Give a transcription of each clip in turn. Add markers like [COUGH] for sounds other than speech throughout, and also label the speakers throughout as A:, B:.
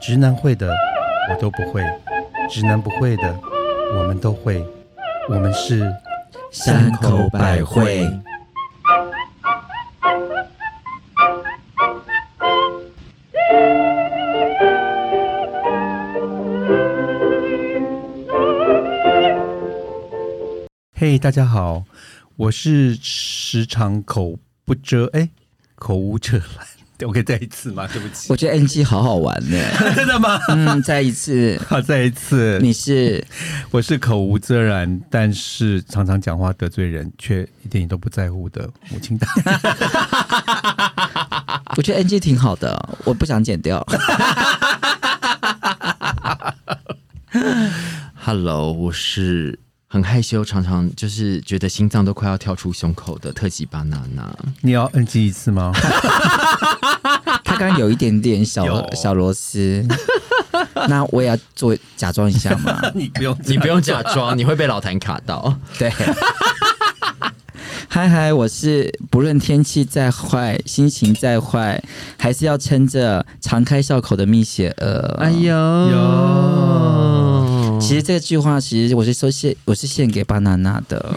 A: 直男会的我都不会，直男不会的我们都会，我们是
B: 山口百惠。
A: 嘿大家好，我是时常口不遮哎、口无遮拦。对我可以再一次吗？对不起
B: 我，觉得 NG 好好玩呢。
A: [LAUGHS] 真的吗？
B: 嗯，再一次，
A: 好，再一次，
B: 你是
A: 我是口无遮拦，但是常常讲话得罪人，却一点也都不在乎的母亲 [LAUGHS] 大人。
B: 我觉得 NG 挺好的，我不想剪掉。
C: [LAUGHS] Hello，我是很害羞，常常就是觉得心脏都快要跳出胸口的特级巴娜娜。
A: 你要 NG 一次吗？
B: 他刚刚有一点点
C: [LAUGHS]
B: 小
A: 有
B: 小螺丝，那我也要做假装一下嘛。
A: [LAUGHS] 你不用，
C: [LAUGHS]
A: [LAUGHS]
C: 你不用假装，你会被老谭卡到。
B: 对， [LAUGHS] 嗨嗨，我是不论天气再坏，心情再坏，还是要撑着常开笑口的蜜雪儿。
C: 哎呦，
B: 其实这句话，其实我是说献，我是献给巴娜娜 [LAUGHS] 的，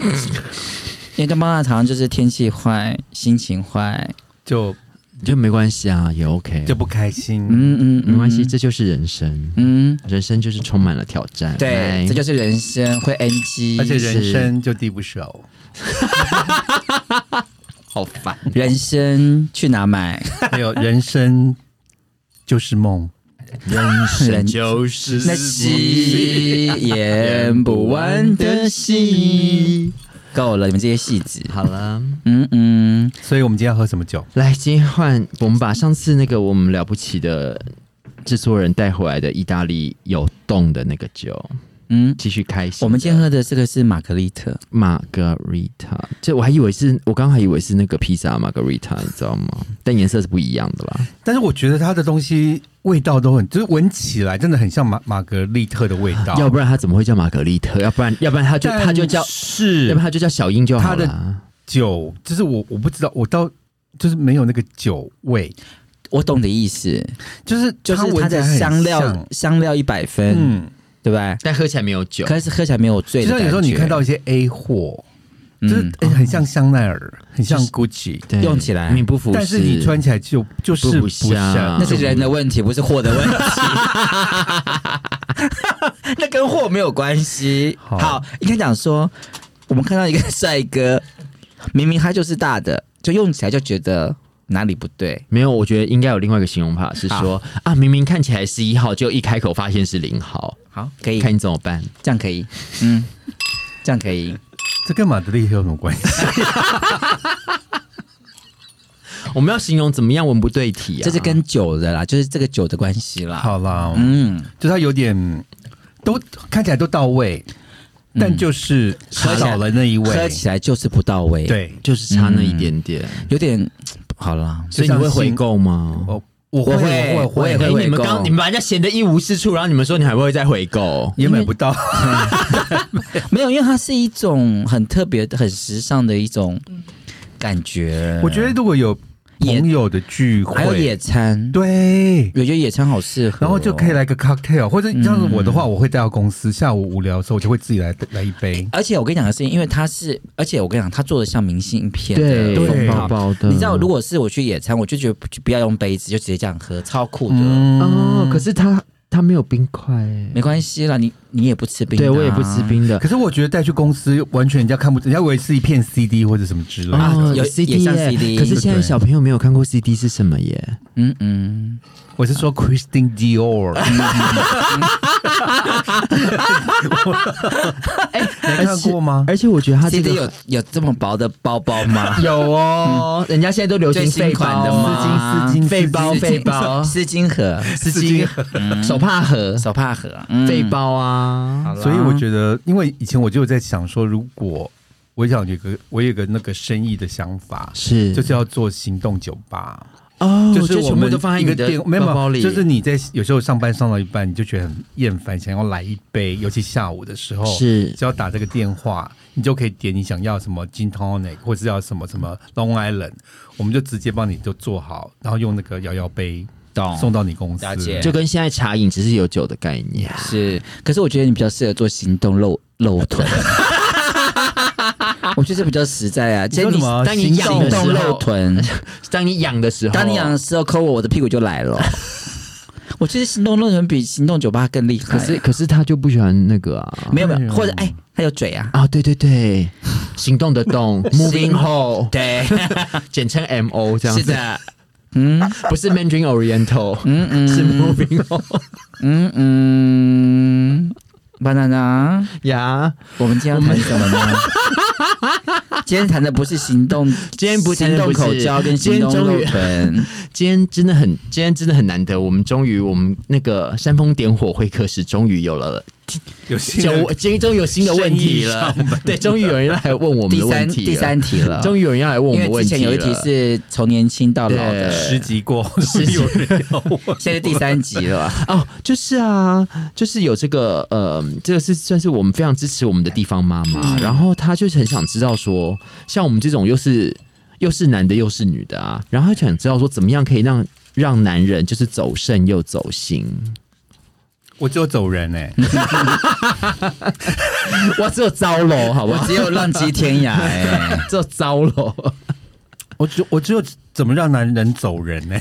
B: 因为跟巴娜娜常常就是天气坏，心情坏，
A: 就
C: [LAUGHS] 就没关系啊，也 OK，
A: 就不开心。
B: 嗯嗯，嗯
C: 没关系，，这就是人生。
B: 嗯，哎
C: 人生就是充满了挑战，哎
B: 对，
C: 来
B: 这就是人生会 NG，
A: 而且人
C: 是
A: 生就地不熟。
C: 好烦。
B: 人生去哪买？
A: 还有人生就是梦，
C: [LAUGHS] 人
B: 人
C: 生就是
B: [LAUGHS] 那 [LAUGHS] 戏演不完的戏，够了，你们这些戏子，
C: 好了，
B: 嗯嗯，
A: 所以我们今天要喝什么酒？
C: 来，今天换我们把上次那个我们了不起的制作人带回来的意大利有冻的那个酒，
B: 嗯，
C: 继续开心。
B: 我们今天喝的这个是玛格丽特，
C: 玛格丽塔，这我还以为是我刚还以为是那个披萨玛格丽塔，你知道吗？但颜色是不一样的啦。
A: 但是我觉得它的东西味道都很，就是闻起来真的很像玛玛格丽特的味道。
C: 要不然它怎么会叫玛格丽特？要不然要不然它就
A: 哦但
C: 它就叫，要
A: 是
C: 不然它就叫小樱就好
A: 它
C: 了。
A: 酒，就是我我不知道，我到就是没有那个酒味，
B: 我懂的意思，
A: 就是
B: 就是
A: 闻
B: 它
A: 起来
B: 的
A: 很
B: 香
A: 像
B: 料，香料一百分，
A: 嗯，
B: 对不对？
C: 但喝起来没有酒
B: 可是喝起来没有醉
A: 就
B: 的
A: 像
B: 感觉。
A: 有时候你看到一些 A 货，就
B: 嗯，
A: 是、哎很像香奈儿，很像 Gucci，
C: 对
B: 用起来
C: 名不符实，
A: 但是你穿起来就就是
C: 不
A: 不
C: 像
B: 那
A: 像。
B: 是人的问题，不是货的 [LAUGHS] 问题。那跟货没有关系。
A: 好
B: 好，应该讲说，我们看到一个帅哥，明明他就是大的，就用起来就觉得哪里不对。
C: 没有，我觉得应该有另外一个形容法是说啊，明明看起来是一号，就一开口发现是零号，
B: 好，可以，
C: 看你怎么办。
B: 这样可以，嗯，这样可以。
A: 这跟玛格丽特有什么关
B: [LAUGHS]
A: 系？
C: 我们要形容怎么样文不对题啊？
B: 这是跟酒的啦，就是这个酒的关系啦。，
A: 好啦，
B: 嗯，
A: 就是它有点都看起来都到位，
B: 嗯
A: 但就是
B: 喝起来
A: 少了那一
B: 喝
A: 位。
B: 起来就是不到位，，
A: 对，
C: 就是差那一点点，
B: 有点好了。
C: 所以你会
A: 就像
C: 回
A: 新
C: 购吗？
A: 我哦我
B: 我
A: 会
B: 会
A: 我
B: 我也
A: 会
B: 会
C: 哎、
B: 回
C: 你们
B: 购
C: 刚你们把人家闲得一无是处，然后你们说你还会再回购，
A: 也买不
B: [LAUGHS]
A: 到，
B: 没有，因为它是一种很特别的、很时尚的一种感觉。
A: 我觉得如果有
B: 野
A: 朋友的聚
B: 还有
A: 会，
B: 野餐，
A: 对，
B: 我觉得野餐好适合哦、
A: 然后就可以来个 cocktail，或者这样子我的
B: 嗯
A: 话，我会带到公司，下午无聊的时候我就会自己来来一杯。
B: 而且我跟你讲的事情，因为它是，而且我跟你讲，它做的像明信片的
C: 对，
A: 对
B: 风
C: 缝
B: 暴
C: 包。包的。
B: 你知道，如果是我去野餐，我就觉得不不要用杯子，就直接这样喝，超酷的。
C: 哦，可是他他没有冰块哎、
B: 没关系啦，你你也不吃冰、啊
C: 对我也不吃。冰的啊
A: 可。是我觉得带去公司，完全人家看不，人家以为是一片 CD 或者什么之类的。
C: 哦，
B: 有也
C: 有 CD
B: 像
C: 耶
B: CD
C: 可是现在小朋友没有看过 CD 是什么耶？
B: 嗯嗯，
A: 我是说 Christine Dior，没看过吗？
C: 而且我觉得他这
B: CD
C: 个
B: 有有这么薄的包包吗？
C: 有哦， [LAUGHS] 人家现在都流行
B: 最
C: 废
B: 新款
C: 包啊
B: 的吗
A: 丝巾丝巾
C: 废包
B: 丝巾
C: 废
B: [LAUGHS]
C: 包
B: 丝巾盒、
C: 丝巾手帕盒
B: 手帕盒、
C: [LAUGHS]
B: 嗯
C: 废
B: 包。
C: 包啊，
A: 所以我觉得，因为以前我就有在想说，如果我想有个我有个那个生意的想法，
C: 是
A: 就是要做行动酒吧，
C: 哦，
A: 是我
C: 全部
A: 们
C: 都放在
A: 一
C: 你
A: 个
C: 的
A: 店，没有
C: 包包里，
A: 就是你在有时候上班上到一半，你就觉得很厌烦，想要来一杯，尤其下午的时候，
C: 是
A: 只要打这个电话，你就可以点你想要什么 gin tonic，或是要什么什么 Long Island，我们就直接帮你就做好，然后用那个摇摇杯。
B: 懂
A: 送到你公司，
B: 了解
C: 就跟现在茶饮只是有酒的概念。
B: 是，可是我觉得你比较适合做行动露露腿。我觉得这比较实在啊，
A: 说
B: 就
A: 什么
B: 当你
A: 行动
B: 行动
C: 的时候
B: 露臀，
C: 当你痒的时候，
B: [LAUGHS] 当你养的时候抠我，我的屁股就来了。我觉得行动露臀比行动酒吧更厉害。
C: 可是可是他就不喜欢那个啊。
B: 哎没有没
A: 哎呦
B: 有，或者哎，还有嘴啊，
C: 啊，对对对，行动的
B: [LAUGHS]
C: 动，moving hole，
B: 对， [LAUGHS]
C: 简称 M O 这样
B: 是 [LAUGHS]
C: 子，
B: 的，嗯
C: 不是 Mandarin Oriental，
B: 嗯嗯，
C: 是 moving [LAUGHS] hole
B: 嗯嗯，banana，
C: 呀。
B: 我们今天要谈什么 [LAUGHS] 呢？今天谈的不是行动，
C: 今天不今
B: 行
C: 天
B: 动
C: 不是
B: 口交跟行动
C: 今天终
B: 露
C: 于
B: 臀。
C: 今天真的很，今天真的很难得，我们终于我们那个煽风点火会客室终于有了，
A: 有新的
C: 就今天终于有新的问题了
A: 生意上门，
C: 对，终于有人来问我们
B: 第
C: 的
B: 三
C: 问题了
B: 第三题了，
C: 终于有人要来问我
B: 因
C: 们
B: 为
C: 问
B: 之
C: 题
B: 前
C: 了。
B: 有一题是从年轻到老的，
C: 对
A: 十集
C: [LAUGHS]
A: 过后，是有人要问
B: 现在第三集 [LAUGHS] 了吧？
C: 哦，就是啊，就是有这个呃，这个是算是我们非常支持我们的地方妈妈，然后她就是很想知道说，像我们这种又是又是男的又是女的啊，然后她就想知道说怎么样可以让让男人就是走肾又走心， [LAUGHS]
A: 我只有走人哎、
C: 哇，只有糟了，好不
B: 我
C: 好？ [LAUGHS]
B: 只有浪迹天 [LAUGHS] 涯哎、
C: 只有糟了，
A: 我只我只有怎么让男人走人欸呢、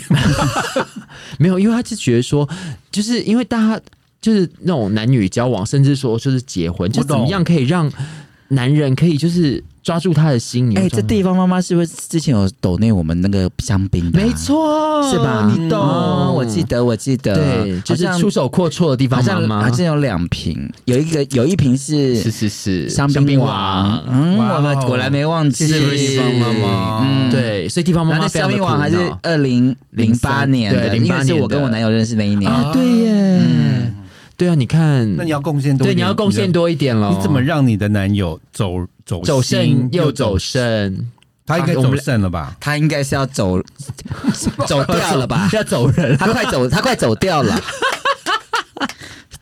A: [LAUGHS]
C: 没有，因为她是觉得说，就是因为大家就是那种男女交往，甚至说就是结婚，就
A: 我
C: 怎
A: 懂
C: 么样可以让男人可以就是抓住他的心？你
B: 哎、
C: 要抓
B: 这地方妈妈是不是之前有抖内我们那个香槟的啊、
C: 没错，
B: 是吧？
C: 你懂，
B: 哦我记。得，我记得，
C: 对，就
B: 好
C: 是
B: 像
C: 出手阔绰的地
B: 好
C: 方妈
B: 像
C: 妈
B: 好，像有两瓶，有一个有一瓶
C: 是
B: 是
C: 是是，
B: 香
C: 槟
B: 槟王，嗯，
A: 哇
B: 我们
A: 哦
B: 果然没忘记，
A: 谢谢地方妈妈
B: 嗯，。
C: 对，所以地方妈
B: 然后
C: 妈
B: 那
C: 非
B: 香
C: 常地
B: 槟王还
C: 苦
B: 是
C: 恼
B: 二零零八年的，
C: 对
B: 因
C: 08
B: 为是我
C: 年的
B: 跟我男友认识那一年。
A: 啊
C: 啊，对耶，
B: 嗯
C: 对啊，你看，
A: 那你要贡献多一
C: 对
A: 点，
C: 你要贡献多一点
A: 你
C: 喽
A: 的，，你怎么让你的男友走走
C: 哦走
A: 心
C: 肾又走？肾，
A: 他应该
C: 啊我们
A: 走肾了吧？
B: 他应该是要走 [LAUGHS] 走掉了吧？
C: [LAUGHS] 要走
B: [LAUGHS]
C: 人，
B: 他快走，他快走掉了。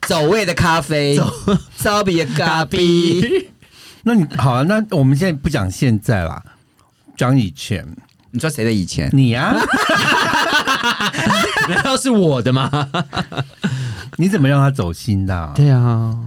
B: 走味的咖啡，骚比的咖啡。
A: 那你好、啊，那我们现在不讲现在啦，讲以前，
B: 你说谁的以前？
A: 你
C: [LAUGHS]
A: 呀、啊，
C: 难道是我的吗？
A: 你怎么让他走心的、啊？
C: 对啊，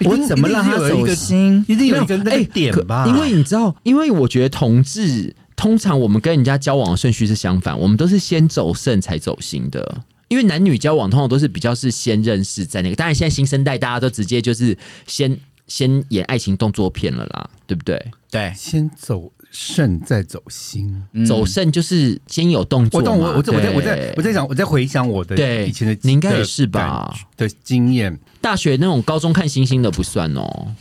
B: 我怎么让他走心？
A: 一定有一个
C: 没
A: 那
C: 有
A: 个
C: 哎可
A: 点吧？
C: 因为你知道，因为我觉得同志通常我们跟人家交往的顺序是相反，我们都是先走肾才走心的。因为男女交往通常都是比较是先认识在那个，当然现在新生代大家都直接就是先先演爱情动作片了啦，对不对？
B: 对，
A: 先走肾，再走心。
B: 嗯
C: 走肾就是先有动作
A: 我
C: 嘛。
A: 懂，我我在我在我在
C: 对
A: 我在想，我在回想我的
C: 对
A: 以前的，
C: 你应该也是吧
A: 的感的经验，
C: 大学那种高中看星星的不算哦，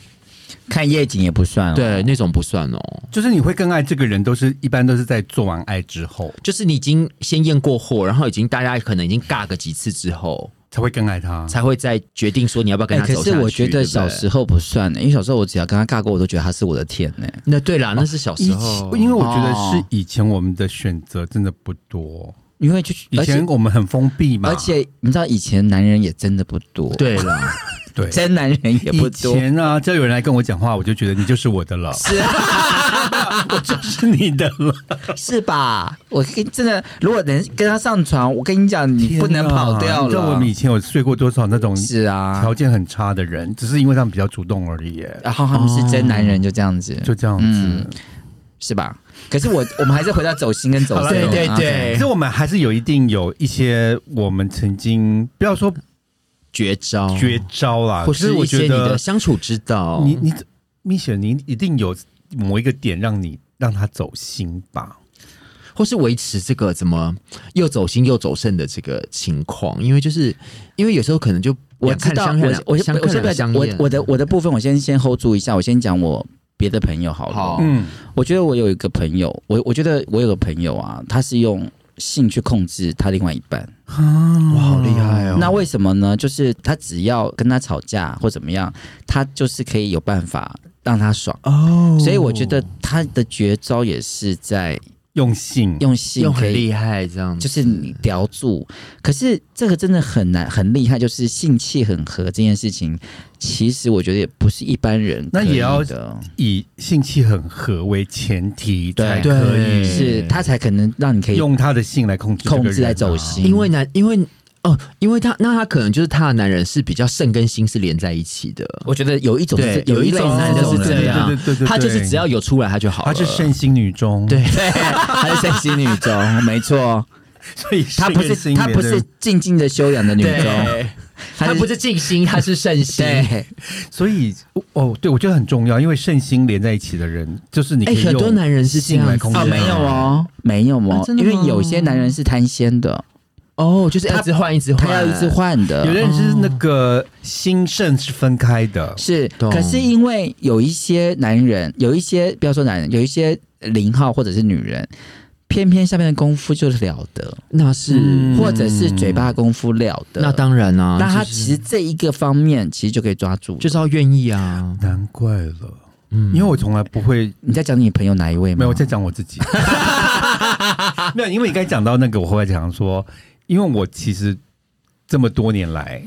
B: 看夜景也不算哦。
C: 对，那种不算哦，
A: 就是你会更爱这个人，都是一般都是在做完爱之后
C: 就是你已经先验过货，然后已经大家可能已经尬个几次之后，
A: 才会更爱他。
C: 才会再决定说你要不要跟
B: 哎，
C: 他走
B: 可
C: 下去。
B: 是我觉
C: 对
B: 得
C: 不对
B: 小时候不算欸呢，因为小时候我只要跟他尬过，我都觉得他是我的欸天呢。
C: 那对啦，那是小
A: 以
C: 时
A: 前
C: 候，，
A: 因为我觉得是
C: 哦
A: 以前我们的选择真的不多，
B: 因为就是
A: 以前我们很封闭嘛，
B: 哦而且你知道，以前男人也真的不多，，
C: 对啦， [LAUGHS]
A: 对，
B: 真男人也不
A: 以
B: 多。
A: 前啊，只要有人来跟我讲话，我就觉得你就是我的了，
B: 是
A: 我 [LAUGHS] 就是你的了。
B: 是吧？我跟真的，如果能跟他上床，我跟你讲，你不能跑
A: 天哪
B: 掉
A: 你知道我
B: 了
A: 们。以前有睡过多少那种
B: 是啊，
A: 条件很差的人，只是因为他们比较主动而已耶，
B: 然后他们是真男人，就这样子，
A: 就这样子
B: 嗯。是吧？可是我，我们还是回到走心啊跟走
A: 好
B: 肾。
A: 了对
C: 对啊对
A: 可是我们还是有一定有一些我们曾经不要说
C: 绝招，
A: 绝招啦，
C: 或
A: 可
C: 是
A: 我
C: 一些
A: 觉
C: 你的
A: 得
C: 相处之道。
A: 你你米雪，你一定有某一个点让你让他走心吧？
C: 或是维持这个怎么又走心又走肾的这个情况，因为就是因为有时候可能就
B: 我
C: 两
B: 知
C: 看
B: 道，
C: 相看
B: 我
C: 两
B: 我
C: 相
B: 先我先
C: 看
B: 不要
C: 两
B: 讲
C: 相
B: 我
C: 厌
B: 我的我的部分，我先先 hold 住一下，我先讲我别的朋友好了。
C: 好
A: 嗯，
B: 我觉得我有一个朋友，我我觉得我有个朋友啊，他是用性去控制他另外一半。
C: 哇，好厉害哦！
B: 那为什么呢？就是他只要跟他吵架或怎么样，他就是可以有办法让他爽。
C: 哦
B: 所以我觉得他的绝招也是在
A: 用性，
B: 用心
C: 又
B: 可
C: 很
B: 以
C: 厉害，这样子
B: 就是你叼住。可是这个真的很难，很厉害，就是性气很合这件事情，其实我觉得也不是一般人
A: 那
B: 可以
A: 也要
B: 的，
A: 以性气很合为前提
B: 对
A: 才可以
C: 对
B: 是他才可能让你可以
A: 用他的性来控制这个
B: 控制
A: 人
B: 来走
A: 啊
B: 心，
C: 因为男，因为哦，因为他那他可能就是他的男人是比较肾跟心是连在一起的，
B: 我觉得有一种是
C: 对，有一
B: 类
C: 种
B: 似
C: 男人就
B: 这
C: 是
B: 种
C: 这
B: 人
C: 样，
A: 对对对对对
C: 他就是只要有出来他就好了，
A: 他是圣心女中，
C: [LAUGHS] 对，
B: 对，她是圣心女中，没错，
A: [LAUGHS] 所以
B: 她不是她不是，静静的修养的女中，
C: 对，
B: 她
C: 他不是
A: [LAUGHS]
C: 静心，他是圣心。
B: 对，
A: 所以哦，对我觉得很重要，因为圣心连在一起的人，就是你可以
C: 哎很
A: 用
C: 多男人是这
A: 性
C: 样
A: 来
C: 子
A: 控制
C: 哦
A: 他
B: 哦，没有哦，没有
C: 啊
B: 哦，
C: 真的
B: 因
C: 吗
B: 为有些男人是贪心的，
C: 哦，就是要一直换，一直换，
B: 他要一直。换
A: 有的
B: 的。
A: 人是那个心肾是分开的，
B: 是，
C: 懂
B: 可是因为有一些男人，有一些不要说男人，有一些零号或者是女人，偏偏下面的功夫就是了得，
C: 那是、
A: 嗯
B: 或者是嘴巴功夫了得。
C: 那当然啊，
B: 那他
C: 就
B: 其
C: 是
B: 实这一个方面其实就可以抓住。
C: 就是要愿意啊。
A: 难怪了，
C: 嗯
A: 因为我从来不会
B: 你在讲你朋友哪一位吗？
A: 没有，我在讲我自己。 [LAUGHS] 没有，因为你刚才讲到那个，我后来讲说，因为我其实这么多年来，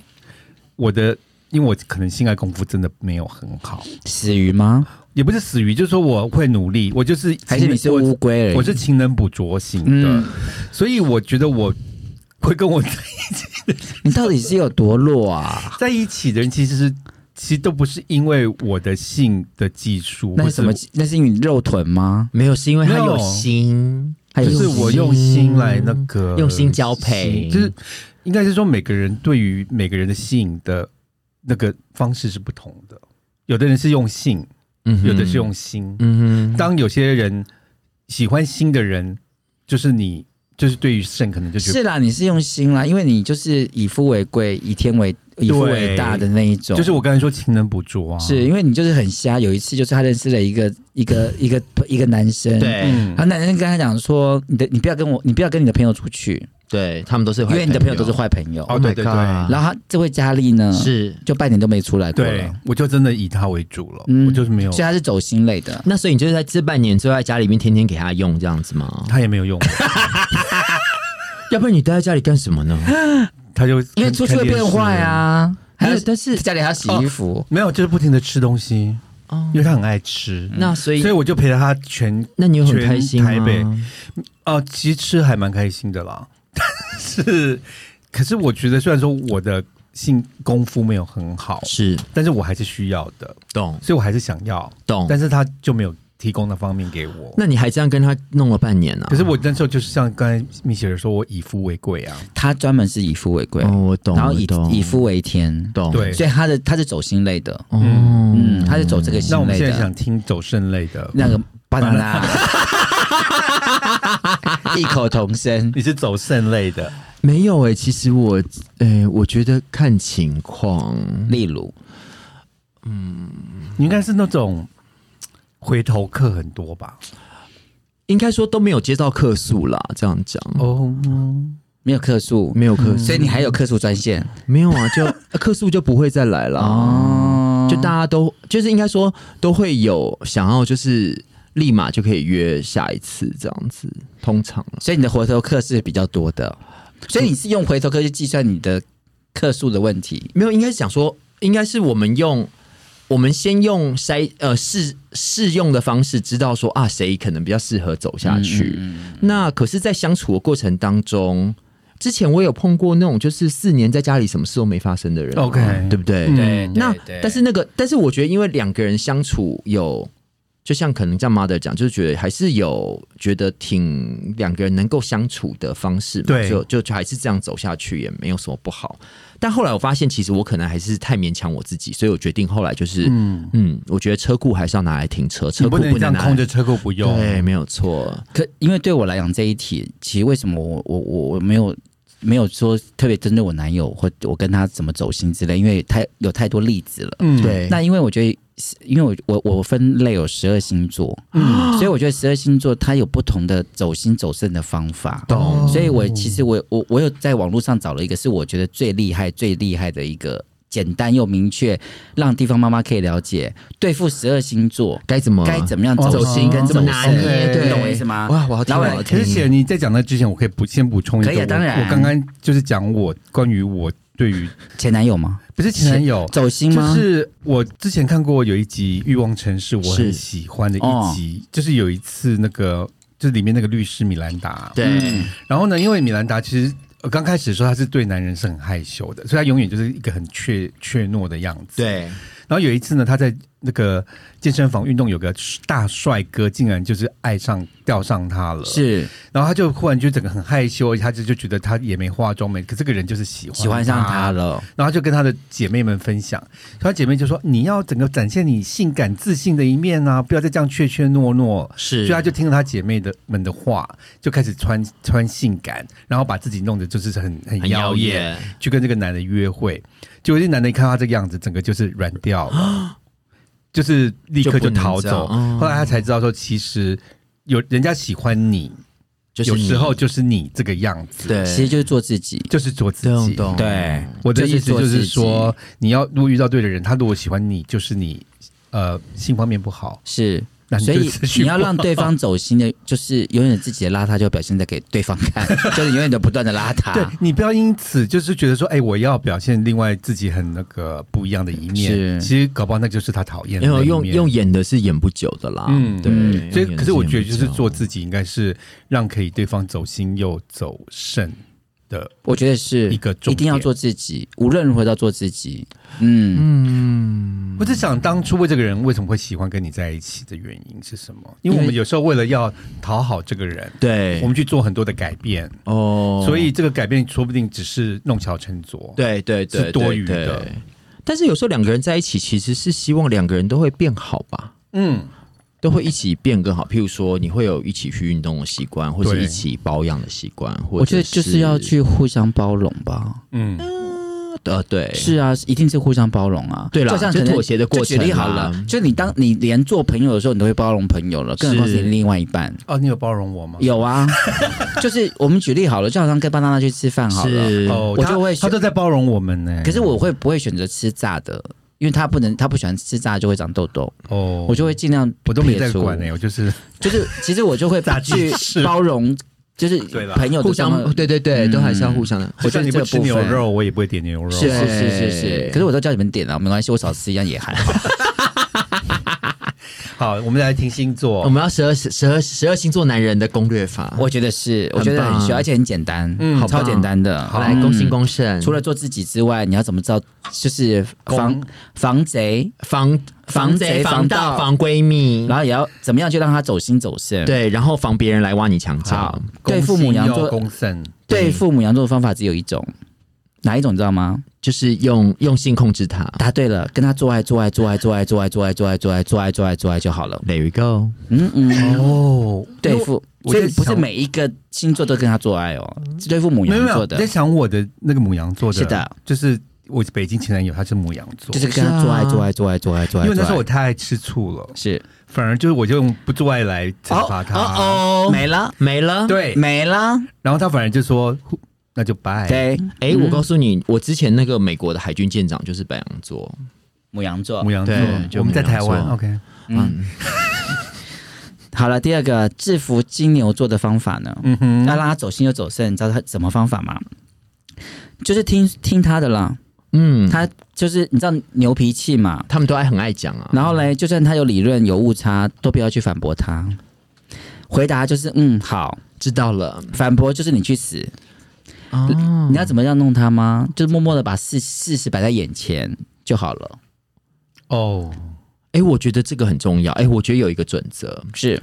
A: 我的因为我可能性爱功夫真的没有很好，
B: 死鱼吗？
A: 也不是死鱼，就是说我会努力，我就是
B: 还是你是
A: 我
B: 乌龟而已？
A: 我是勤能补拙型的，
B: 嗯
A: 所以我觉得我会跟我 [LAUGHS]
B: 你到底是有多弱啊？
A: 在一起的人，其实是其实都不是因为我的性的技术，
B: 那
A: 或
B: 是
A: 是
B: 什么？那是因为你肉臀吗？
C: 没有，是因为他
A: 没有
C: 有心，
B: 还有
A: 就是我用心来那个
C: 用心交
A: 心
C: 配
A: 就是应该是说每个人对于每个人的吸引的那个方式是不同的，有的人是用性，
C: 嗯哼
A: 有的是，用心。
C: 嗯哼，
A: 当有些人喜欢心的人，就是你，就是对于肾可能就觉得
B: 是啦，你是用心啦，因为你就是以夫为贵，以天为以夫为大的那一种，
A: 就是我刚才说勤能补拙啊，
B: 是因为你就是很瞎。有一次就是他认识了一个一个一个一个男生，
C: 对
A: 嗯
B: 然后男生跟他讲说，你的你不要跟我，你不要跟你的朋友出去，
C: 对他们都是坏，
B: 因为你的朋友都是，坏朋友。
A: 哦
C: Oh
A: 对
C: my
A: 对对
C: God
B: 然后他这位佳丽呢，
C: 是。
B: 就半年都没出来过
A: 对
B: 了，，
A: 我就真的以他为主了，
B: 嗯
A: 我就是没有
B: 所以，他是走心类的。
C: 那所以你就是在这半年就在家里面天天给他用这样子吗？
A: [LAUGHS] 他也没有用，
C: 要不然你待在家里干什么呢？
A: 他就
B: 因为出去会变坏，啊，还
C: 没
B: 有
C: 有但是
B: 家里还要洗衣服，
A: 没有，就是不停的吃东西，
C: 哦
A: 因，为他很爱吃，
C: [LAUGHS] 那所以
A: 所以我就陪着他全
C: 那你有很开心吗？
A: 全台北哦，其实吃还蛮开心的啦， [LAUGHS] 但是，可是我觉得虽然说我的性功夫没有很好，
C: 是
A: 但是我还是需要的，
C: 懂
A: 所以我还是想要，
C: 懂
A: 但，是他就没有提供那方面给我。
C: 那你还这样跟他弄了半年呢、啊？
A: 可是我那时候就是像刚才米雪儿说，我以夫为贵啊，
B: 他专门是以夫为贵，
C: 哦，我懂，
B: 然后以
C: 我懂
B: 以夫为天，
C: 懂
A: 对
B: 所以他的他是走心类的，
C: 哦、
B: 嗯，他是走这个心
A: 那我们
B: 类
A: 现在
B: 的，
A: 想听走肾类的，
B: 那个巴拿拉，
A: [LAUGHS]
B: 异口同声，
A: 你是走肾类的，
C: 没有哎、其实我哎、我觉得看情况，
B: 例如
A: 你应该是那种回头客很多吧？
C: 应该说都没有接到客诉啦，这样讲。
A: 哦，
B: 没有客诉，
C: 没有客诉，
B: 所以你还有客诉专线
C: 没有
A: [LAUGHS]
C: 啊，就客诉就不会再来了。
B: 哦，
C: 就大家都就是应该说都会有想要就是立马就可以约下一次这样子，通常啦
B: 所以你的回头客是比较多的，所以你是用回头客去计算你的客数的问题，
C: 没有应该是想说应该是我们用我们先用筛呃试试用的方式知道说啊谁可能比较适合走下去。那可是，在相处的过程当中。之前我有碰过那种就是四年在家里什么事都没发生的人啊
A: OK
C: 对不对？
A: 嗯
C: 那但是那个，但是我觉得，因为两个人相处有，就像可能像 mother 讲，就是觉得还是有觉得挺两个人能够相处的方式嘛，
A: 对
C: 就就就还是这样走下去也没有什么不好。但后来我发现，其实我可能还是太勉强我自己，所以我决定后来就是，嗯
A: 嗯，
C: 我觉得车库还是要拿来停车，车
A: 你
C: 库
A: 不能这
C: 能
A: 样
C: 拿
A: 空
C: 来。
A: 着车库不用，
C: 对，没有错。
B: 可因为对我来讲这一题，其实为什么我我我我没有没有说特别针对我男友或我跟他怎么走心之类，因为太有太多例子了。
A: 嗯，
C: 对，
B: 那因为我觉得，因为我我我分类有十二星座，
A: 嗯
B: 所以我觉得十二星座它有不同的走心走肾的方法。
C: 懂
B: 所以我其实我我我有在网络上找了一个是我觉得最厉害最厉害的一个简单又明确，让地方妈妈可以了解对付十二星座
C: 该怎么
B: 该怎么样
A: 哦
B: 走心跟
A: 怎
B: 走
A: 么
B: 肾，
A: 拿捏
B: 你
A: 对
B: 懂我意思吗？
C: 哇，我好听
B: 老板
C: 我要听
A: 可是雪，你在讲那之前，我可以补先补充一个，
B: 可以啊
A: 我
B: 当然
A: 我刚刚就是讲我关于我对于
B: 前男友吗？
A: 不是前男友，
B: 走心
A: 就
B: 吗？
A: 是我之前看过有一集《欲望城市》，我很喜欢的一集，就是有一次那个就是里面那个律师米兰达，
C: 对，
A: 然后呢，因为米兰达其实。呃刚开始的时候，他是对男人是很害羞的，所以他永远就是一个很怯怯懦的样子。
C: 对，
A: 然后有一次呢，他在那个健身房运动，有个大帅哥竟然就是爱上钓上他了。，
B: 是
A: 然后他就忽然就整个很害羞，他就就觉得他也没化妆没，可这个人就是喜欢
B: 喜欢上他。了，
A: 然后他就跟他的姐妹们分享，他姐妹就说：“你要整个展现你性感自信的一面啊，不要再这样怯怯懦懦。”
B: 是
A: 所以他啊就听了他姐妹的们的话，就开始穿穿性感，然后把自己弄得就是很很
C: 很
A: 妖
C: 耀
A: 艳，
C: 眼，
A: 去跟这个男的约会，结果这男的一看到他这个样子，整个就是软掉了，就是立刻就逃
C: 就
A: 走。
C: 不能这样哦
A: 后来他才知道说，其实有人家喜欢你，
C: 就是
A: 有
C: 你
A: 时候就是你这个样子，
C: 对，
B: 其实就是做自己。
A: 就是做自己。
C: 懂懂
B: 对，
A: 我的意思
B: 做
A: 就
B: 自
A: 是
B: 己
A: 说，你要如果遇到对的人，他如果喜欢你，就是你呃性方面不好，
B: 是
A: 那。你
B: 所
A: 就
B: 以
A: 持续
B: 你要
A: 播
B: 让对方走心的，就是永远自己的邋遢就表现在给对方看， [LAUGHS] 就是永远的不断的邋
A: 对
B: 遢。
A: 你不要因此就是觉得说，哎，我要表现另外自己很那个不一样的一面，
B: 是
A: 其实搞不好那就是他讨厌的
C: 因
A: 那
C: 为
A: 一
C: 哎用
A: 面
C: 用演的是演不久的啦，
A: 嗯
C: 对
B: 嗯，
C: 用
A: 所以，
C: 演
A: 可
C: 的
A: 是我觉得
C: 演
A: 就
C: 不
A: 是
C: 久
A: 做自己，应该是让可以对方走心又走肾的。
B: 我觉得是
A: 一个重
B: 一定要
A: 点
B: 做自己，无论如何都要做自己。嗯，
A: 我只想当初为这个人为什么会喜欢跟你在一起的原因是什么？因为我
B: 因为
A: 们有时候为了要讨好这个人，
C: 对
A: 我们去做很多的改变，
C: 哦
A: 所以这个改变说不定只是弄巧成拙。
C: 对对对，
A: 是多
C: 对
A: 余
C: 对
A: 的
C: 但是有时候两个人在一起，其实是希望两个人都会变好吧，
A: 嗯，
C: 都会一起变更好。譬如说，你会有一起去运动的习惯，或者
A: 对
C: 一起保养的习惯，或者
B: 我觉得就是要去互相包容吧。
A: 嗯
C: 呃，对，
B: 是啊，一定是互相包容啊。
C: 对啦
B: 就像
C: 就
B: 可能
C: 妥协的过程啊
B: 就举例好了，就你当你连做朋友的时候，你都会包容朋友了，更何况是你
C: 是
B: 另外一半。
A: 哦，你有包容我吗？
B: 有 [LAUGHS] 啊，就是我们举例好了，就好像跟巴娜娜去吃饭好了，
C: 是
A: 哦，
B: 我
A: 他
B: 就会
A: 他
B: 选
A: 都在包容我们呢。
B: 可是我会不会选择吃炸的？因为他不能，他不喜欢吃炸就会长痘痘，
A: 哦，
B: 我就会尽量
A: 我都没在
B: 撇除
A: 管呢，我就是
B: 就是其实我就
A: [LAUGHS]
B: 会
A: 炸鸡
B: 去
A: 翅
B: 包容，就是
A: [LAUGHS] 对啦
B: 朋友的
C: 互
B: 状
C: 相，
B: 况。
C: 对对对，
B: 嗯
C: 都还是要互相的。
A: [LAUGHS] 就
B: 我觉
A: 算
B: 得
A: 你不
B: 这
A: 吃
B: 部
A: 牛
B: 分
A: 肉，我也不会点牛肉。
B: 是是是是是，可是我都叫你们点啊了，没关系，我少吃一样也
A: [LAUGHS]
B: 还好。
A: 好，我们来听星座。
B: 嗯
C: 我们要十二十二十二星座男人的攻略法，
B: 我觉得是，我觉得
C: 很棒
B: 很需要，而且很简单，
A: 嗯
B: 嗯，超
C: 好棒
B: 简单的。
A: 好
C: 来
B: 嗯
C: 恭心。恭胜，
B: 除了做自己之外，你要怎么知道？就是防
A: 攻
B: 防贼，
C: 防
B: 防贼
C: 防盗、
B: 防盗
C: 防闺
A: 嗯
C: 蜜，
B: 然后也要怎么样去让他走心走肾？
C: 对，然后防别人来挖你墙角
B: 好。，对父母
A: 公心
B: 羊
A: 要
B: 座，
A: 公胜，
B: 对父母羊座的方法只有一种，哪一种你知道吗？
C: 就是用用性控制他。
B: 答对了，跟他做爱，做爱，做爱，做爱，做爱，做爱，做爱，做爱，做爱，做爱，做爱就好了。
C: There you go。
B: 嗯嗯，
A: 哦，
B: 对付，
A: 我
B: 所
A: 在
B: 以不是
A: 想
B: 每一个星座都跟他做爱哦，是对付母
A: 没有
B: 羊
A: 没有
B: 座
A: 我在
B: 的，
A: 想我的那个母羊座的，
B: 是的，
A: 就是我北京前男友他是母羊座，
B: 就是跟他做爱，做爱，做爱，做爱，做爱。
A: 因为那时候我
B: 做爱
A: 太爱吃醋了，
B: 是
A: 反而就是我就用不做爱来惩罚他，
C: 哦，
B: 没了，
C: 没了。，
A: 对，
B: 没了，
A: 然后他反而就说呼那就拜，
B: 对，
C: 哎，我告诉你，我之前那个美国的海军舰长就是白羊座。
B: 母羊座
A: 母。羊座
C: 对，就
A: 我们在
C: 母羊
A: 台湾
C: 座
A: ，OK，
B: 嗯，好了，第二个制服金牛座的方法呢，
A: 嗯哼，
B: 要让他走心又走肾，你知道他什么方法吗？就是听听他的啦，
C: 嗯，
B: 他就是你知道牛脾气嘛，
C: 他们都爱很爱讲啊。
B: 然后嘞，就算他有理论有误差，都不要去反驳他。回答就是嗯好，
C: 知道了
B: 反驳就是你去死。
C: 哦
B: 你要怎么样弄他吗？就是默默的把事事实摆在眼前就好了。
A: 哦，
C: 哎，我觉得这个很重要。哎，我觉得有一个准则，
B: 是，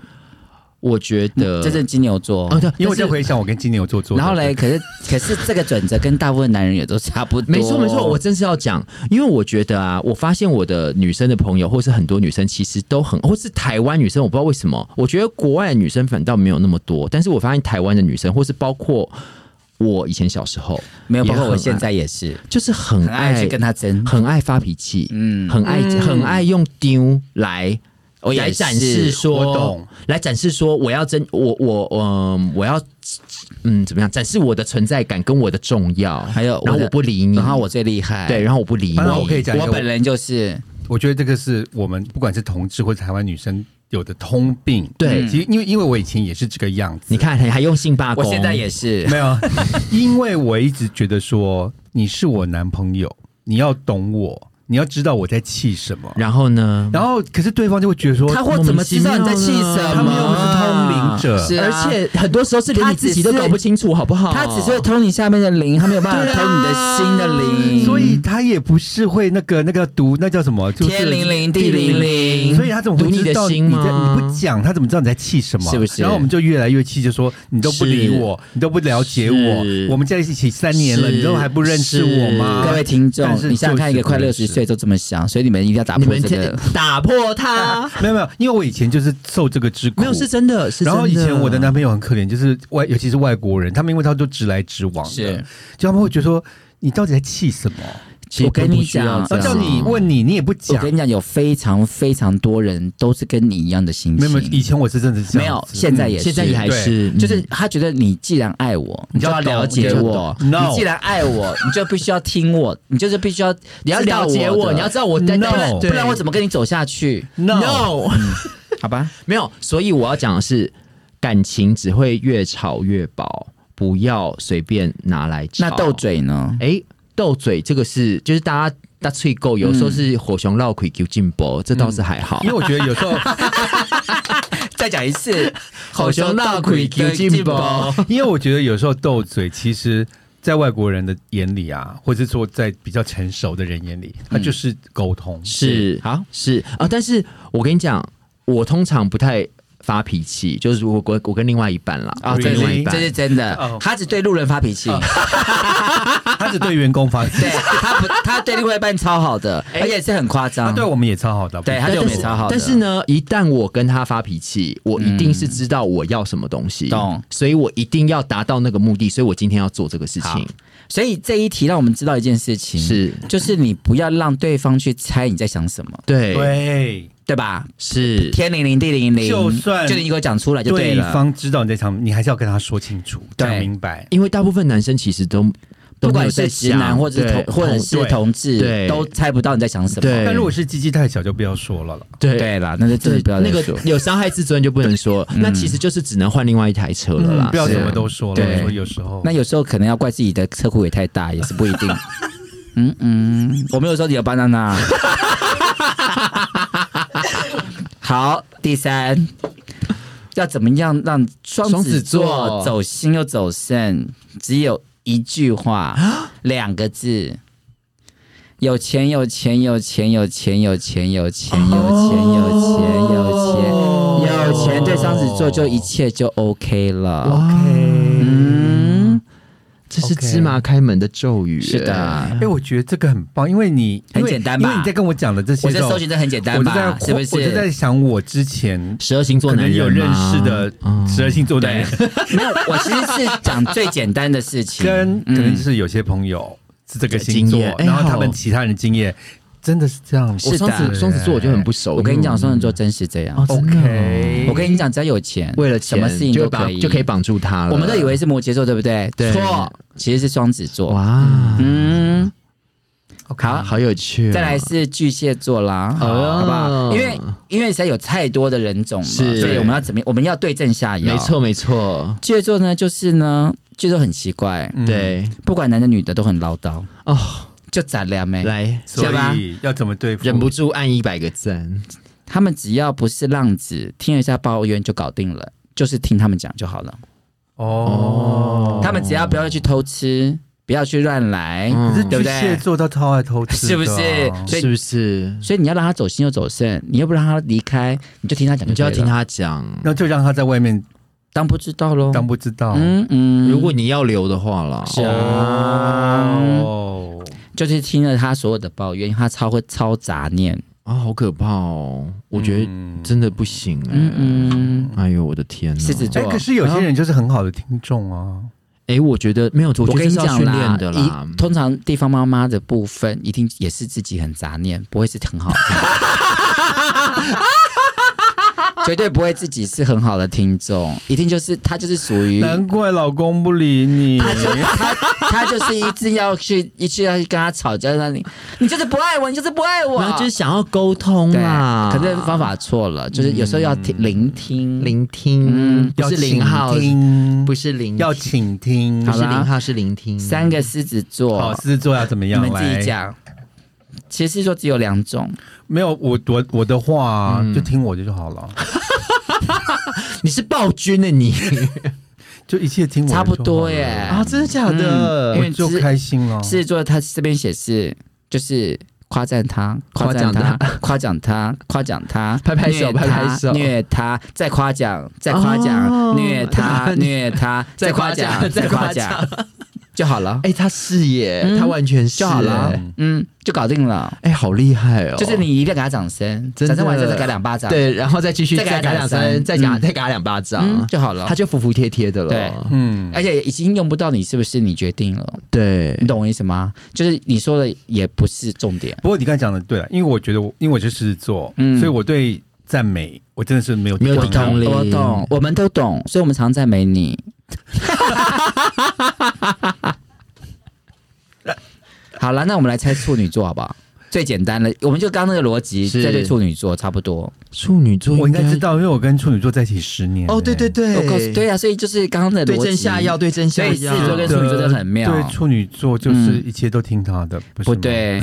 C: 我觉得
B: 嗯这是金牛座。
C: 呃哦，对，
A: 因为我在
C: 但是
A: 回想我跟金牛座做的，
B: 然后嘞，可是可是这个准则跟大部分男人也都差不多。
C: 没错没错，我真是要讲，因为我觉得啊，我发现我的女生的朋友，或是很多女生，其实都很，或是台湾女生，我不知道为什么，我觉得国外的女生反倒没有那么多，但是我发现台湾的女生，或是包括我以前小时候，
B: 没有，
C: 也
B: 包括
C: 很
B: 我
C: 爱
B: 现在也是，
C: 就是很
B: 很爱
C: 爱
B: 去跟他争。
C: 很爱发脾气，
B: 嗯，
C: 很爱、很爱用丢来。我
B: 哦也
C: 来展
B: 是
C: 示
A: 我
C: 说
A: 懂，
C: 来展示说我要真我我嗯我要嗯怎么样展示我的存在感跟我的重要，
B: 还有
C: 然
B: 我
C: 后
B: 的
C: 我不理你，
B: 然后我最厉害，
C: 对，然后我不理你，
A: 反正我可以讲一
B: 我
A: 个
B: 本人就是
A: 我觉得这个是我们不管是同志或者台湾女生有的通病。
C: 对
A: 其实因为因为我以前也是这个样子，
C: 你看还还用性罢
B: 我
C: 工，
B: 现在也是
A: 没有，啊因为我一直觉得说你是我男朋友，你要懂我，你要知道我在气什么。
C: 然后呢，
A: 然后，可是对方就会觉得说，
B: 他会怎么知道你在气什么？
A: 他们又不是通灵者，
B: 是啊
C: 而且很多时候是连
B: 他
C: 你自
B: 只
C: 己都
B: 是
C: 搞不清楚，好不好？
B: 他只是会偷你下面的灵，他没有办法偷你的心的灵，
A: 所以他也不是会那个那个读那叫什么，就是
B: 天灵灵地灵灵，
A: 所以他怎么会
C: 读你的
A: 知道你
C: 心
A: 在
C: 吗
A: 你不讲，他怎么知道你在气什么？
B: 是不是
A: 然后我们就越来越气，就说你都不理
C: 是
A: 我，你都不了解
C: 是
A: 我，我们在一起三年了，
C: 是
A: 你都还不认识我吗？
B: 各位听众
A: 但，是
B: 你想想看，一个快
A: 就是
B: 六
A: 不
B: 十
A: 是
B: 岁都这么想，所以你们一定要打
C: 你
B: 破
C: 们
B: 这
C: 天
B: 个。
C: 打破它，
A: 没有没有，因为我以前就是受这个之苦，
C: 没有是真的，是真
A: 然
C: 的
A: 后以前我的男朋友很可怜，就是外，尤其是外国人，他们因为他都直来直往的
B: 是，
A: 就他们会觉得说你到底在气什么？
C: 其实
B: 我跟
C: 并不
B: 你
C: 需要
B: 讲
C: 这
A: 然后
C: 样
A: 哦叫你问你，你也不
B: [LAUGHS] 我
A: 讲。
B: 跟你讲，有非常非常多人都是跟你一样的心
A: 没
B: 情，
A: 有没有，以前我是真的是这
B: 没
A: 样
B: 有
A: 子，
B: 嗯现在也是，
C: 现在也还
A: 对
C: 是，嗯
B: 就是他觉得你既然爱我，你就要了解我；
A: 你就要懂
B: 你既然爱我，你就必须要听我，你就是必须要
C: 你要了解
B: 我
C: 我，
B: 的，
C: 你要知道我在
A: No
C: 不然
B: 不然我怎么跟你走下去？
A: no,
C: no
B: 好吧，
C: [LAUGHS] 没有，所以我要讲的是，感情只会越吵越薄，不要随便拿来
B: 那
C: 吵。
B: 斗，嘴呢？
C: 哎，斗嘴这个是就是大家大脆够，有时候是火熊闹鬼求进步，这倒是还好
A: 因。为我觉得有时
B: [LAUGHS]
A: 候，
B: 再讲一
C: [LAUGHS]
B: 次，
C: 吼熊闹鬼求进步，
A: [LAUGHS] 因为我觉得有时候斗嘴，其实，在外国人的眼里啊，或者说在比较成熟的人眼里，
B: 嗯
A: 他就是沟通。
C: 是
B: 好
C: 是啊，但是我跟你讲，我通常不太发脾气，就是我我我跟另外一半啦，
B: 啊，
C: 我
B: 这
C: 跟
B: 是
C: 另外一
A: Really？
C: 半
B: 这是真的
A: 哦，
B: 他只对路人发脾
A: Oh
B: 气。
A: 他只对员工发脾
B: [LAUGHS] 对啊
A: 气，
B: 他不，他对另外一半超好的，而且是很夸
A: 他
B: 张。
A: 哎啊对我们也超好的。
B: 对他
C: 但
B: 对我
C: 但
B: 们也
C: 是
B: 超好的。
C: 但是呢，一旦我跟他发脾气，我一定是知道我要什么东西，
B: 懂
C: 所以我一定要达到那个目的，所以我今天要做这个事
B: 好
C: 情。
B: 所以这一题让我们知道一件事情，
C: 是
B: 就是你不要让对方去猜你在想什么，
C: 对，
A: 对，
B: 对吧？
C: 是
B: 天灵灵地灵灵，
A: 就算
B: 就你给我讲出来哎就
A: 对
B: 了。
A: 方知道你在场，你还是要跟他说清楚，
B: 对
A: 讲明白。
C: 因为大部分男生其实都
B: 不
C: 都没
B: 管
C: 有在
B: 是直男
C: 想
B: 或者是
C: 对
B: 同或者是
A: 对
B: 同志，
C: 对
B: 都猜不到你在想什么。
C: 对
A: 但如果是鸡鸡太小，就不要说了了。
C: 对
B: 对啦，那就真
C: 对
B: 的不要再
C: 那个
B: 说。嗯
C: 有伤害自尊就不能说，那其实就是只能换另外一台车了啦。
A: 嗯不要
C: 是啊
A: 什么都说了。
B: 对
A: 我说有时候
B: 那有时候可能要怪自己的车库也太大，也是不一定。嗯嗯，我没有说你有 banana。好，第三，要怎么样让双
C: 双
B: 子
C: 子
B: 座
C: 座
B: 走心又走肾？只有一句话，两个字。有钱有钱有钱有钱有钱有钱有钱有钱有钱有钱，对双子座就一切就 OK 了。嗯。
C: 这是
A: OK
C: 芝麻开门的咒语。
B: 是的
A: 哎、我觉得这个很棒，因为你
B: 很
A: 因为
B: 简单吧
A: 因为你在跟我讲的这些
B: 我
A: 时
B: 这
A: 候，
C: 哦
B: 搜寻这很简单
A: 我就
B: 吧
A: 在，
B: 是不是？
A: 我就在想我之前
C: 十二星座
A: 可能
C: 男人
A: 有认
C: 吗
A: 识的
C: 嗯
A: 十二星座男人，
B: [LAUGHS] 没有，我其实是讲最简单的事情，
A: 跟可能就是有些朋友是这个星座
C: 经验，哎
A: 然后他
C: 好
A: 们其他人经验真的是这样。
B: 是的
C: 我双子双子座我就很不熟。
B: 我跟你讲，
C: 因为
B: 双子座真是这样。
C: 哦真的哦
A: OK
B: 我跟你讲，只要有钱，
C: 为了
B: 什
C: 钱
B: 么事情
C: 就
B: 都
C: 会把
B: 可以，
C: 就可以。绑住他了。
B: 我们都以为是摩羯座，对不对？
C: 对
B: 错，其实是双子座。
C: 哇，
B: 嗯，
C: 好好有趣哦。
B: 再来是巨蟹座啦，
C: 哦
B: 好不好？因为因为实在有太多的人种嘛，
C: 是
B: 所以我们要怎么？我们要对症下药。
C: 没，错没错，
B: 巨蟹座呢，就是呢，巨蟹座很奇怪，
C: 对
B: 不管男的女的都很唠叨，
C: 哦，
B: 就咱俩没。
C: 来
A: 所
B: 对吧
A: 以要怎么对付？
C: 忍不住按一百个赞，
B: 他们只要不是浪子，听一下抱怨就搞定了，就是听他们讲就好了。
A: 哦，
B: 他们只要不要去偷吃，不要去乱来，
C: 嗯
A: 可是
B: 对
A: 巨
B: 不对
A: 蟹座都超爱偷吃
B: 是
A: 的
B: 不
A: 啊，
B: 是？所
C: 是
B: 以，
C: 不是？
B: 所以你要让他走心又走肾，你又不让他离开，你就听他讲
C: 你就要
B: 对了
C: 听，他讲。
A: 那就让他在外面
B: 当不知道喽。
A: 当不知道。
B: 嗯嗯，
C: 如果你要留的话啦，
B: 是啊，
A: 哦，
B: 就是听了他所有的抱怨，因为他超会超杂念。
C: 啊，好可怕哦！我觉得
A: 嗯
C: 真的不行
B: 嗯
C: 哎。
B: 嗯，
C: 哎呦，我的天呐！
B: 狮子座
A: 哎，可是有些人就是很好的听众啊。
C: 哎，我觉得没有，我
B: 我
C: 觉得
B: 跟
C: 这
B: 你
C: 是要
B: 讲
C: 训
B: 啦
C: 练的啦
B: 一。通常地方妈妈的部
C: [LAUGHS]
B: 分一定也是自己很杂念，不会是很好听。绝对不会自己是很好的听众，一定就是他就是属于
A: 难怪老公不理你。
B: 嗯他他就是一直要去一直要去跟他吵架，那你你就是不爱我，你就是不爱我，
C: 然后就是想要沟通
B: 对
C: 啦，，嗯
B: 可是方法错了，就是有时候要听聆听，
C: 聆听，
B: 嗯
C: 不是
A: 要
C: 零号，
A: 倾听
C: 不是零，
A: 要倾听
C: 不。是
B: 好啦
C: 零号是聆听，哦
B: 三个狮子
A: 好，
B: 座
A: 狮，子座要怎么
B: 你
A: 样？
B: 们自己
A: 来
B: 讲。其实狮子座只有两种，
A: 没有我我我的话、
B: 嗯
A: 就听我的就好了，
C: 你是暴君呢、你
A: 就一切听我的就
B: 差
A: 好了
B: 不多耶。
C: [LAUGHS] 啊，真的假的？
B: 嗯
A: 我
B: 因为
A: 就
B: 只
A: 开心
C: 哦
A: 了。
B: 狮子座他这边写是就是夸赞他，夸赞他，夸奖他，夸奖他，
C: [LAUGHS] 拍拍手
B: 虐他
C: 拍拍手
B: 虐他，再夸奖，再夸
C: 哦
B: 奖，虐
C: [LAUGHS]
B: 他，虐他，
C: 再
B: 再
C: 夸
B: 夸
C: 奖
B: 奖，
C: [LAUGHS] 再
B: 再
C: 夸
B: 夸
C: 奖
B: 奖，就好了，
C: 哎、他是耶，
B: 嗯
C: 他完全是
B: 就好了
C: 耶，
B: 嗯，就搞定了。
C: 哎、好厉害哦！
B: 就是你一定要给他掌声，
C: 真的
B: 掌声完之后再给他两巴掌，
C: 对，然后再继续
B: 再给他
C: 再打两
B: 两巴掌
C: 声，再打
B: 嗯
C: 再打两巴掌，
B: 嗯，就好了
C: 他。就服服帖帖的了。
B: 对
A: 嗯，
B: 而且已经用不到你是不是你决定了，
C: 对
B: 你懂我意思吗？就是你说的也不是重点，
A: 不过你刚才讲的对了，因为我觉得我因为我是狮子座，
B: 嗯
A: 所以我对赞美我真的是没有
C: 没有
A: 抵
C: 抵抗
A: 抗
C: 力
B: 我懂，我们都懂，所以我们常赞美
C: [LAUGHS]
B: 你。好了，那我们来猜处女座好不好？最简单的，我们就刚刚那个逻辑，
C: 是
B: 这对处女座差不多。
C: 处女座
A: 我应该知。道，因为我跟处女座在一起十年、
C: 哦，对对对，
B: 我告诉对啊，所以就是刚刚的
C: 对
B: 逻
C: 症
B: 辑
C: 下药，，对症下
B: 所以狮
C: 药。
B: 子座跟处女座真的很妙
A: 对，处女座就是嗯一切都听他的，不是
B: 不
A: 吗，
B: 对。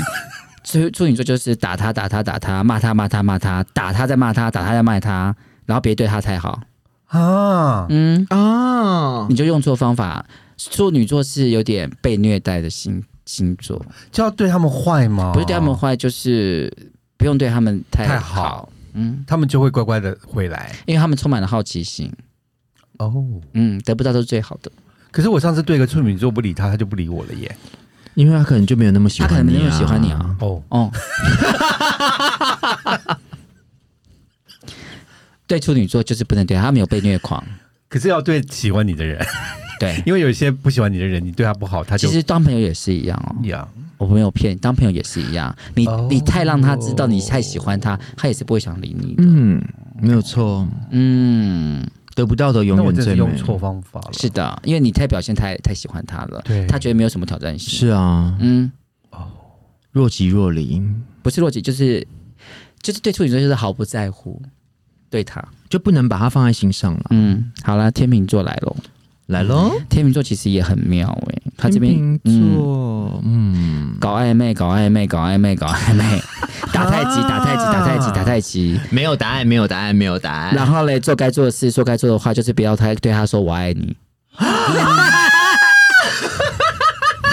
B: 处处女座就是打他打他打他，骂他骂他骂他，打他再骂他，打他再骂他，然后别对他太好。
A: 啊，
B: 嗯，
C: 啊
B: 你，就用错方法。处女座是有点被虐待的星星座，
A: 就要对他们坏吗？
B: 不是对他们，坏，就是不用对他们太
A: 哦太好
B: 好，嗯，
A: 他们就会乖乖的回来
B: 因为他们充满了好奇心，
A: 哦。
B: 嗯，得不到都是最好的。
A: 可是我上次对一个处女座不理他，他就不理我了耶。
C: 因为他可能就没有那么喜
B: 他
C: 欢
B: 可能没
C: 你
B: 有
C: 啊
B: 喜欢你。啊，
A: 哦，
B: 哦。对处女座就是不能对他，他没有被虐狂。
A: 可是要对喜欢你的人， [LAUGHS]
B: 对，
A: 因为有一些不喜欢你的人，你对他不好，他
B: 其
A: 就
B: 实当朋友也是一样哦
A: 一，样。
B: 我没有骗你，当朋友也是一样。你
A: 哦
B: 你太让他知道你太喜欢他，他也是不会想理你的。
C: 嗯，没有错，
B: 嗯，
C: 得不到的永
A: 那我
C: 远
A: 真
C: 最
A: 是
C: 美。
A: 用错方法了。
B: 是的，因为你太表现太太喜欢他了，
A: 对
B: 他觉得没有什么挑战性。
C: 是啊，
B: 嗯，
C: 若即若离，
B: 不是洛姐，就是就是对处女座就是毫不在乎，对他。
C: 就不能把它放在心上了。
B: 嗯，好啦，天秤座来咯。
C: 来喽，
B: 天秤座其实也很妙哎、他这边
C: 天秤座，嗯，
B: 搞暧昧，搞暧昧，搞暧昧，搞暧昧，
C: [LAUGHS]
B: 打太
C: 啊
B: 极，打太极，打太极，打太极。
C: 没有答案，没有答案，没有答案。
B: 然后嘞，做该做的事，做该做的话，就是不要太对他说“我爱你”， [LAUGHS]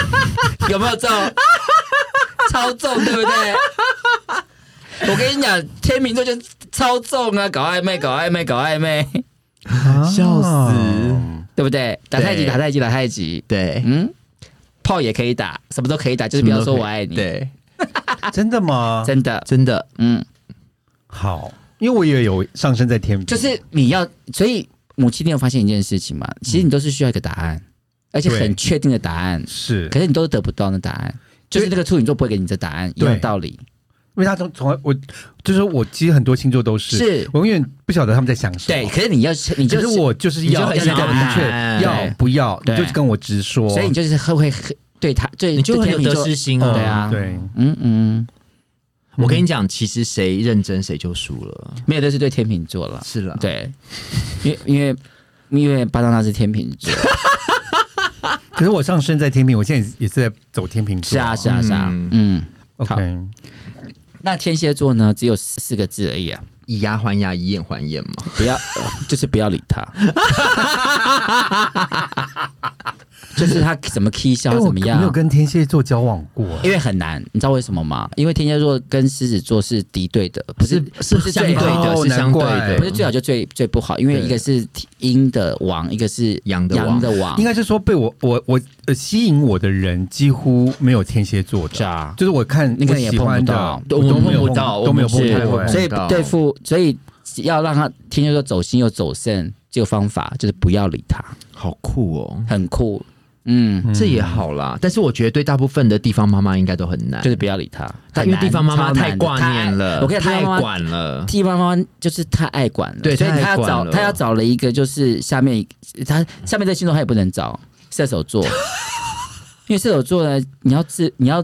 B: 有没有中？ [LAUGHS] 超重，对不对？我跟你讲，天秤座就超重啊，搞暧昧，搞暧昧，搞暧昧，
C: 笑死
A: 啊
B: 对不对？打太极，
C: 对
B: 打太极，打太极，
C: 对，
B: 嗯，炮也可以打，什么都可以打，就是不要说我爱你，
C: 对，
A: [LAUGHS] 真的吗？
B: 真的，
C: 嗯真的，
B: 嗯，
A: 好，因为我也有上升在天平，
B: 就是你要，所以母亲，你有发现一件事情
C: 嗯
B: 吗？其实你都是需要一个答案，而且
A: 对
B: 很确定的答案，
A: 是，
B: 可是你都得不到那答案，就是那个处女座不会给你这答案，一
A: 对
B: 样道理。
A: 因为他从从来我就是我，其实很多星座都是，
B: 是
A: 我永远不晓得他们在想什
B: 对，
A: 么。
B: 可是你要，你就
A: 可是我就是要
C: 你就很
A: 这个
C: 想要
A: 明确
C: 答案
A: 要不要，你
B: 对
A: 就是跟我直说。
B: 所以你就是会会对他，对
C: 你就
B: 对
C: 会
B: 天
C: 有
B: 秤
C: 得
B: 座
C: 失心
A: 嗯
C: 哦。
B: 对啊
A: 对，
B: 嗯嗯，
C: 我跟你讲，其实谁认真谁就输了。
B: 没有，这是对天秤座了。
C: 是了，啊
B: 对，因为因为因为巴当娜是天秤座，
A: 可是我上升在天平，我现在也是在走天平座。
B: 是啊是啊是啊
C: 嗯，
B: 嗯。好
A: OK，哎
B: 那天蝎座呢，只有四个字而已啊，
C: 以牙还牙，以眼还眼嘛。
B: 不要， [LAUGHS] 呃就是不要理他， [LAUGHS] 就是他怎么 k 笑
A: 哎
B: 他
A: 我
B: 怎么样哎
A: 没有，跟天蝎座交往过，
B: 因为很难，你知道为什么吗？因为天蝎座跟狮子座是敌对的，不是
C: 是
B: 不是
C: 相
B: 最
C: 对
B: 好
C: 的，
A: 哦
C: 是相对
A: 难怪
B: 不是。
C: 的
B: 最好就最最不好，因为
C: 对
B: 一个是阴的王，一个是
C: 阳的王
B: 阳的王，
A: 应该是说被我我我呃吸引我的人几乎没有天蝎座
B: 是
A: 的，
B: 啊，
A: 就是我看
B: 你可
A: 我
B: 能也
A: 喜
B: 碰不
A: 欢的
B: 到，
A: 我都
C: 我们
A: 没有
C: 碰不到
A: 都没有
C: 我们
A: 碰
C: 是
A: 过。哎
B: 所以
C: 碰到
B: 对付，所以要让他天蝎座走心又走肾，这个方法就是不要理他，
C: 好酷哦！
B: 很酷。嗯，
C: 这也好啦。但是我觉得对大部分的地方妈妈应该都很难，
B: 就是不要理他，
C: 但因为
B: 很难
C: 地方妈妈
B: 超难
C: 太
B: 的
C: 挂念了，
B: 我跟你讲
C: 太
B: 地方妈妈
C: 管了。
B: 地方妈妈就是太爱管了，
C: 对
B: 所以
C: 太
B: 他
C: 爱
B: 要
C: 管
B: 找
C: 了
B: 他要找了一个就是下面他下面这星座他也不能找射手
C: [LAUGHS]
B: 座，因为射手座呢，你要自你要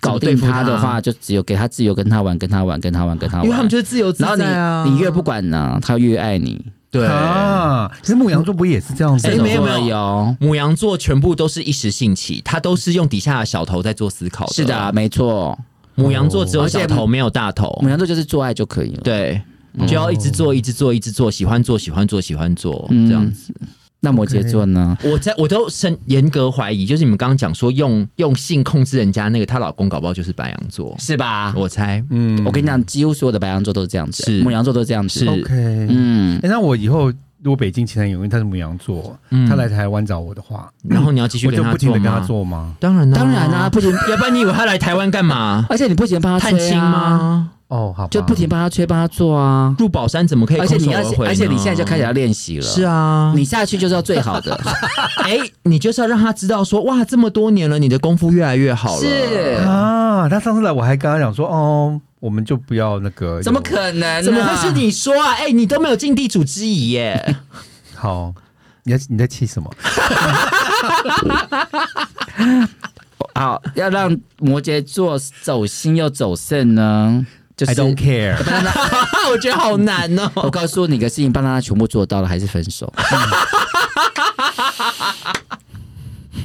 B: 搞定他的
C: 怎么对付
B: 话，
C: 他
B: 就只有给他自由跟他玩，跟他玩，跟他玩，跟他
C: 因为他们
B: 玩
C: 就。是自由自
B: 然后
C: 在啊，
B: 你你越不管呢，他越爱你。
C: 对，
A: 啊，其实牧羊座不也是这样子
B: 射
C: 哎
A: 的
B: 手
A: 吗？
C: 没有没有
B: 座哦有，
C: 母羊座全部都是一时兴起，他都是用底下的小头在做思考。
B: 是的，，哦没错。
C: 母羊座只有小
B: 而且
C: 头没有大头，
B: 母羊座就是做爱就可以了。
C: 对，就要一直做，一直做，一直做，喜欢做，喜欢做，喜欢做，
B: 嗯
C: 这样子。
B: 那摩羯座呢？
C: 我在我都深严格怀疑，就是你们刚刚讲说用用性控制人家那个，她老公搞不好就是白羊座，
B: 是吧？
C: 我猜。
A: 嗯
B: 我跟你讲，几乎所有的白羊座都是这样子，
C: 是
B: 母羊座都是这样子。
C: 是
A: ，OK，嗯，
B: 嗯，
A: 那我以后如果北京前男友，因为他是母羊座，
C: 嗯
A: 他来台湾找我的话，
C: 然后你要继续
A: 嗯我
C: 跟
A: 就
C: 他
A: 不停
C: 做
A: 的跟他
C: 吗？
A: 做吗？
C: 当然啦啊
B: 当然啊啦，，不行，
C: 要不然你以为他来台湾干嘛？
B: 而且你不仅帮他
C: 探
B: 吹啊
C: 亲？吗？
A: 哦，好吧，
B: 就不停帮他吹，帮他做啊。
C: 入宝山怎么可以
B: 而
C: 空
B: 且
C: 手
B: 你要
C: 而回呢？
B: 而且你现在就开始要练习了。
C: 是，啊，
B: [LAUGHS] 你下去就是要最好
C: [LAUGHS]
B: 的。
C: 哎、你就是要让他知道说，哇，这么多年了，你的功夫越来越好了。
B: 是，
A: 啊！他上次来，我还跟他讲说，哦，我们就不要那个，
B: 怎么可能？啊
C: 怎么会是？你说啊？哎、你都没有尽地主之谊耶！
B: [LAUGHS]
A: 好？你在你在气什么？
B: 好，要让摩羯座走心又走肾呢？就是
A: I don't
B: [LAUGHS]
A: care。
C: 我觉得好难哦、
B: 我告诉你个事情，帮他全部做到了，还是分手。 [LAUGHS]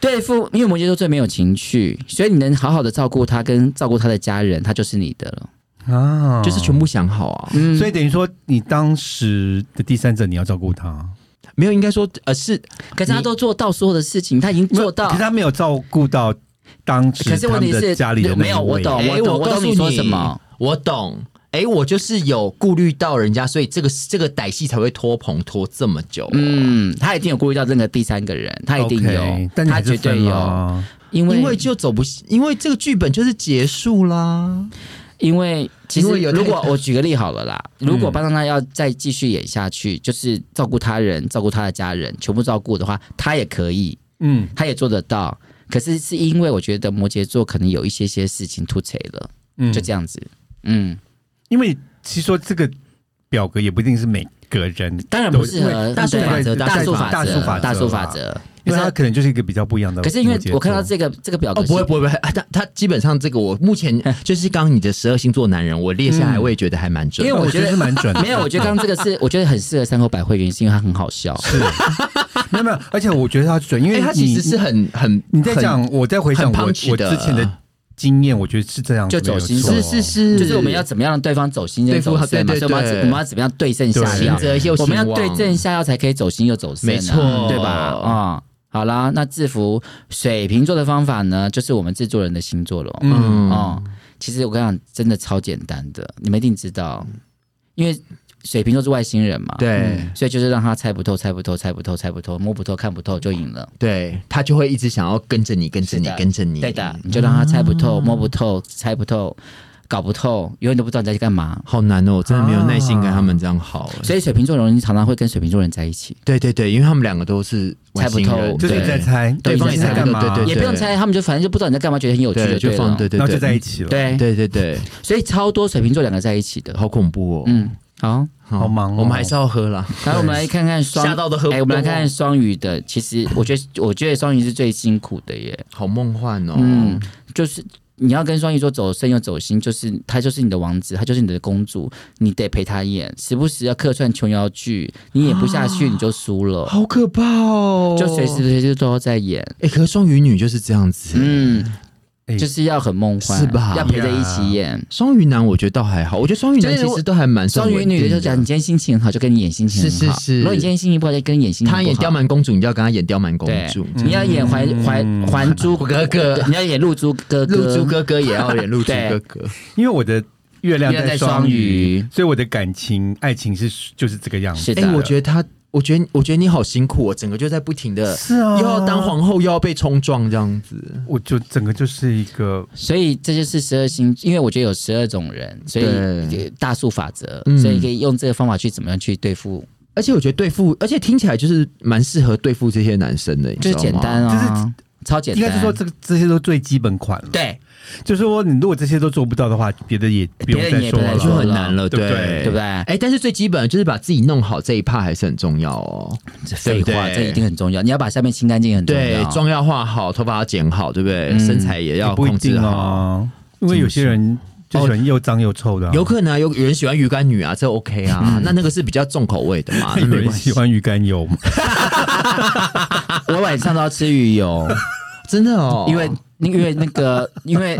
B: 对付，因为摩羯座最没有情绪，所以你能好好的照顾他，跟照顾他的家人，他就是你的了。
A: 啊，
C: [LAUGHS] 就是全部想好啊，
B: 嗯，
A: 所以等于说，你当时的第三者，你要照顾他，
C: 没有应该说呃是
B: 可是他
C: 你
B: 都做到所有的事情，他已经做到
A: 可是。他没有照顾到当时
B: 可是
A: 他
B: 问题
A: 们
B: 是
A: 的家里的
B: 没有
A: 那一位
B: 我懂哦
C: 哎
B: 我懂
C: 我
B: 我
C: 告
B: 懂
C: 诉
B: 你说什么，
C: 我懂。哎、我就是有顾虑到人家，所以这个这个歹戏才会拖棚拖这么久。嗯，
B: 嗯，他一定有顾虑到任何第三个人，他一定
A: OK，
B: 有，
A: 但你
B: 他
A: 还
B: 绝
A: 是
B: 对
A: 分了
B: 有，
A: 啊。
B: 因为
C: 因为就走不，因为这个剧本就是结束啦。
B: 因为其实
C: 因为有太
B: 如果我举个例好了啦，如果班上他要再继续演下去，就是照顾他人、照顾他的家人，全部照顾的话，他也可以，
A: 嗯，
B: 他也做得到。可是是因为我觉得摩羯座可能有一些些事情突锤了，
A: 嗯
B: 就这样子。嗯，
A: 因为其实说这个表格也不一定是每个人，
B: 当然不适合
C: 大数法则
B: 对大数法
A: 大数
B: 则，
A: 法则
B: 大数法则。
A: 因为他
B: 可
A: 可能就是一个比较不一样的
B: 是
A: 摩羯座。
B: 可是因为我看到这个这个表格
C: 哦，
B: 是，
C: 不会不会不会，啊他他基本上这个我目前就是刚刚你的十二星座男人，我列下来我也觉得还蛮准
B: 因
C: 的。
B: 为
A: 我
B: 我
A: 觉
B: 觉
A: 得
B: 得
A: 是蛮准的
B: [LAUGHS] 没有，我觉得刚刚这个是我觉得很适合三口百惠，原因是因为它很好笑。
A: 是没有没有，而且我觉得他准，因
C: 哎、
A: 为
C: 他
A: 你
C: 其实是很很
A: 你在讲，我在回想
C: 很
A: 我我
C: punchy
A: 之
C: 的
A: 前的经验，我觉得是这样子
B: 就走
A: 没有
B: 心
A: 错哦
C: 是是是，
B: 就是我们要怎么样让对方走心又
C: 对付
B: 走
C: 他
B: 肾嘛，
C: 对
B: 所以我
C: 对
B: 们要
C: 对
B: 我们要怎么样对症下
A: 对
B: 药
C: 行？则又兴
B: 我们要
C: 旺
B: 对症下药才可以走心又走肾、啊，
C: 没错
B: 对吧？啊、好啦，那制服水瓶座的方法呢，就是我们制作人的星座了。
A: 嗯，
C: 嗯
B: 哦，其实我跟你讲，真的超简单的，你们一定知道，因为水瓶座是外星人嘛，，
C: 嗯
B: 嗯
C: 对
B: 所以就是让他猜不透、猜不透、猜不透、猜不透、摸不透、看不透就赢了。
C: 对，他就会一直想要跟着你，跟着你
B: 是的，
C: 跟着你。
B: 对的，你就让他猜不透、摸不透、猜不透、搞不透，永远都不知道你在干嘛。
C: 好难哦，我真的没有耐心跟他们这样好。
A: 啊
C: 哎
B: 所以水瓶座容易常常会跟水瓶座人在一起，
C: 对对对，因为他们两个都是外星人
B: 猜不透
A: 就是
C: 对
A: 你在猜
B: 对
A: 方也
B: 你
A: 在
B: 在猜
A: 干嘛，
C: 对
B: 也不用猜，他们就反正就不知道你在干嘛，觉得很有趣
C: 对，
B: 就
C: 就
B: 对
C: 放
B: 了。
C: 对对
A: 然后就
C: 对
A: 在一起了，，
B: 对
C: 对对对，
B: 所以超多水瓶座两个在一起的。
C: 好恐怖哦。
B: 嗯，好，
A: 好忙哦
C: 我们还是要喝啦。
B: 然后我们来看看双，
C: 吓到都喝不
B: 哎，我们来
C: 动哦
B: 看看双鱼的。其实我觉得，我觉得双鱼是最辛苦的耶。
C: 好梦幻哦。
B: 嗯，就是你要跟双鱼座走肾又走心，就是他就是你的王子，他就是你的公主，你得陪他演，时不时要客串琼瑶剧，你演不下去你就输了，
C: 好可怕哦！
B: 就随时随地都在演。
C: 哎，可是双鱼女就是这样子。
B: 嗯，
A: 哎
B: 就是要很梦幻，
C: 是吧
B: 要陪着一起演。
C: 双鱼男我觉得倒还好，我觉得双鱼男
B: 就是如
C: 其
B: 果
C: 实都还蛮算
B: 双鱼女
C: 稳嗯
B: 的
C: 定
B: 就讲，你今天心情很好，就跟你演心情很好。
C: 是是是
B: 如果你今天心情不好，就跟你演心情嗯不好。
C: 他演刁蛮公主，你就要跟他演刁蛮公
B: 对嗯
C: 主。，嗯
B: 你要演还还还
C: [LAUGHS]
B: 珠
C: 哥哥
B: 对你要演露珠哥哥，
C: 露珠哥哥也要演露珠
B: [LAUGHS] 对
C: 哥哥，
A: 因为我的月亮
B: 月亮在
A: 在
B: 双
A: 双
B: 鱼
A: 鱼，所以我的感情爱情是就是这个样子
B: 是。
C: 哎、
B: 的。
C: 我觉得他，我觉得，我觉得你好辛苦、哦，整个就在不停的，
A: 是啊
C: 又要当皇后，又要被冲撞这样子。
A: 我就整个就是一个
B: 所以这就是十二星，因为我觉得有十二种人，所以
C: 对
B: 大数法则，
C: 嗯
B: 所以可以用这个方法去怎么样去对付
C: 而且我觉得对付，而且听起来就是蛮适合对付这些男生的，你
B: 就
C: 知
B: 是
C: 道吗
B: 简单
A: 就是
B: 啊，超简
A: 应
B: 单。
A: 该是说这个这些都最基本款了。，
B: 对
A: 就是说你如果这些都做不到的话，别的也不用
B: 别的
A: 再
B: 也
A: 说
B: 不再
A: 了。
C: 就
B: 说
C: 很难了，
A: 对不对
C: 对
B: 对不对
C: 哎，但是最基本的就是把自己弄好这一趴还是很重要哦。
B: 废
C: 对不
B: 话，
C: 对
B: 这一定很重要。你要把下面清干净很重
C: 对
B: 要。，
C: 妆要化好，头发要剪好，对不对？
B: 嗯
C: 身材也要
A: 也不一
C: 控制啊
A: 定
C: 好。
A: 哦，因为有些人就喜欢又脏又臭的啊、
C: 有可能啊，有有人喜欢鱼干女啊，这 OK
B: 嗯
C: 啊，那那个是比较重口味的
B: [LAUGHS]
C: 嘛，那
A: 有
C: 没
A: 人
C: 关系
A: 喜。欢鱼肝油
C: [LAUGHS]
A: 吗？
B: 我晚上都要吃鱼
C: [LAUGHS]
B: 油，
C: 真的哦，
B: 因为因为那个因为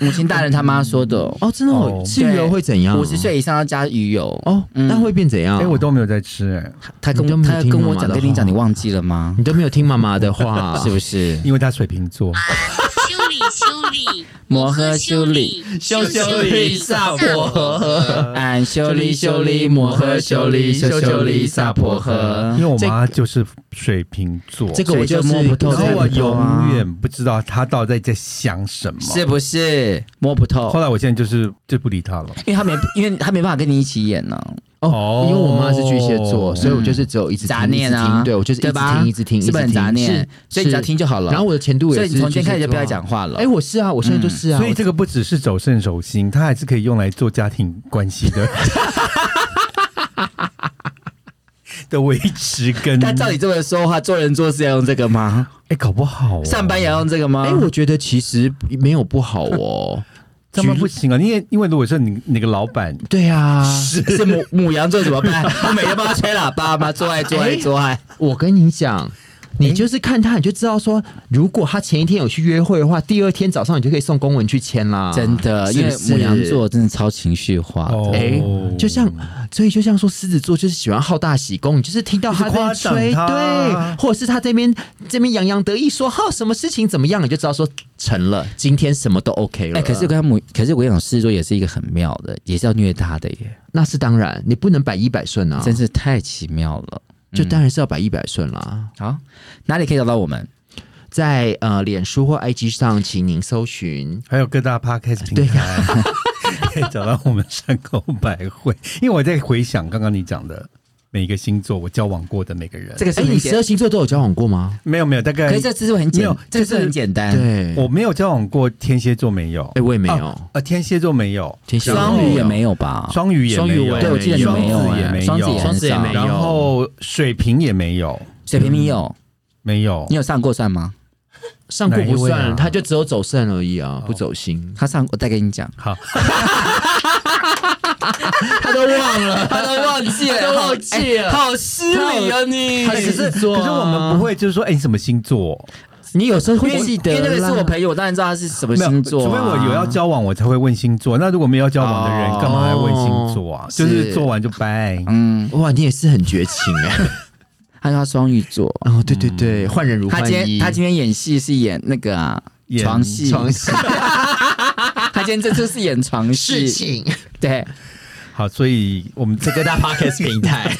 B: 母亲大人他妈说的，
C: 哦，真的哦
A: 哦，
C: 吃鱼油会怎样？
B: 五十岁以嗯上要加鱼油。
C: 哦，那会变怎样？
A: 哎、我都没有在吃、哎，
B: 他
C: 你都
B: 跟
C: 没有
B: 他
C: 听
B: 跟
C: 妈
B: 我
C: 妈
B: 讲，
C: 的
B: 跟你讲，
C: 话
B: 你忘记了吗？
C: 你都没有听妈妈的话，
B: [LAUGHS] 是不是？
A: 因为他水瓶
C: 啊
A: 座，
D: 修理修理，
B: 摩诃修理，
D: 修修理
B: 萨婆诃，俺修理修理，摩诃修理，修修理萨婆
A: 因为
B: 诃。
A: 我妈就是水瓶座，
C: 这个我就是
B: 所以就摸不透
A: 然后我
B: 猜不透啊
A: 永远不知道她到底在想什么。
B: 是不是摸不透
A: 后？来我现在就是就不理她了。
B: 因为他没，因为他没办法跟你一起演呢、
C: 哦
A: 哦，
C: 因为我妈是巨蟹座，所以我就是只有一直听
B: 杂念
C: 一直
B: 啊，
C: 听对我就是一直
B: 吧
C: 听一直听，
B: 是不是很
C: 一直听
B: 杂念？所以你只要。听
C: 是
B: 就好了。
C: 然后我的前度也
B: 所
C: 是，
B: 以你从今天开始就不要讲。话了。嗯
C: 哎，我是啊，我现在就是啊，
A: 所以
C: 我
A: 这个不只是走肾手心，它还是可以用来做家庭关系的 [LAUGHS] 的维持 [LAUGHS] 跟。
B: 但照你这么说话，做人做事要用这个吗？
A: 哎、搞不好、哦、
B: 上班也要用这个啊吗？
C: 嗯哎，我觉得其实没有不好哦。
B: [LAUGHS]
A: 这么不行啊！因为因为如果说你你个老板
C: 对啊，
B: 是母母羊座怎么办？我每天帮他吹喇叭吗？做爱做
C: 哎
B: 爱做爱，
C: 我跟你讲。
B: 哎
C: 你就是看他，你就知道说，如果他前一天有去约会的话，第二天早上你就可以送公文去签啦。
B: 真的，
C: 是
B: 因
C: 不
B: 为
C: 是
B: 母羊座真的超情绪化
A: 哦
B: 的。
C: 哎、就像，所以就像说狮子座就是喜欢好大喜功，你就是听到他
A: 就
C: 在
A: 是夸
C: 吹，
A: 奖他
C: 对，或者是他这边这边洋洋得意说哈什么事情怎么样，你就知道说成了，今天什么都 OK 了。
B: 哎、可是跟他母，可是我跟你讲，狮子座也是一个很妙的，也是要虐他的耶，
C: 那是当然，你不能百依百顺啊，
B: 真是太奇妙了。
C: 就当然是要百依百顺啦。
B: 好，哪里可以找到我们？
C: 在呃脸书或 IG 上，请您搜寻。
A: 还有各大 podcast 平台。 [LAUGHS] 可以找到我们山口百惠，因为我在回想刚刚你讲的每一个星座，我交往过的每个人，
B: 这个是
C: 哎、
B: 很
C: 你
B: 简
C: 十二星座都有交往过吗？
A: 没有没有，大概
B: 可是这次是很
A: 没
B: 简
A: 有，
B: 哎这次很简单。，
C: 对，
A: 我没有交往过天蝎座，没有
C: 哎、，我也没有。
A: 啊呃，天蝎座没有，
C: 天蝎座
A: 然后
B: 双鱼也没有吧？
A: 双鱼也
C: 双
A: 没
C: 鱼
A: 有，
C: 我也
B: 对，啊我记得你
A: 双
B: 没有
A: 子
B: 哎、
A: 也没
B: 双子也
A: 有，
B: 很
C: 双子也
B: 少
C: 没有
A: 然后水瓶也没有，
B: 水瓶你有，
A: 没有
B: 你，有上过算吗？
C: 上过
A: 哪一
C: 不
A: 位啊
C: 算，他就只有走肾而已啊，不走心。
B: 他上，我再跟你讲，
A: 好，
C: 他都忘 [LAUGHS] 了，
B: 他都忘记了，
C: 都忘记了
B: 哎好失礼啊你！
C: 他
A: 可
C: 狮
A: 是
C: 子
A: 可是
C: 座啊
A: 我们不会就是说，哎，你什么星座？
C: 你有时候会
B: 因为
C: 记得啦，
B: 因为那个是我朋友，我当然知道他是什么
A: 没有
B: 星座、啊。
A: 除非我有要交往，我才会问星座。那如果没有要交往的人，
B: 哦
A: 干嘛还问星座啊？就是
B: 是
A: 做完就掰。
B: 嗯，
C: 哇，你也是很绝情
B: 他
C: 哎、
B: 说他双鱼座，
C: 哦，对对对，换人如
B: 他
C: 换
B: 今天
C: 衣。
B: 他今天演戏是演那个啊
A: 演
B: 床戏，
C: 床戏
B: [LAUGHS] 他今天这就是演床戏，
C: 情，
B: 对，
A: 好，所以我们这
C: 各
B: [LAUGHS]
C: 大 podcast 平台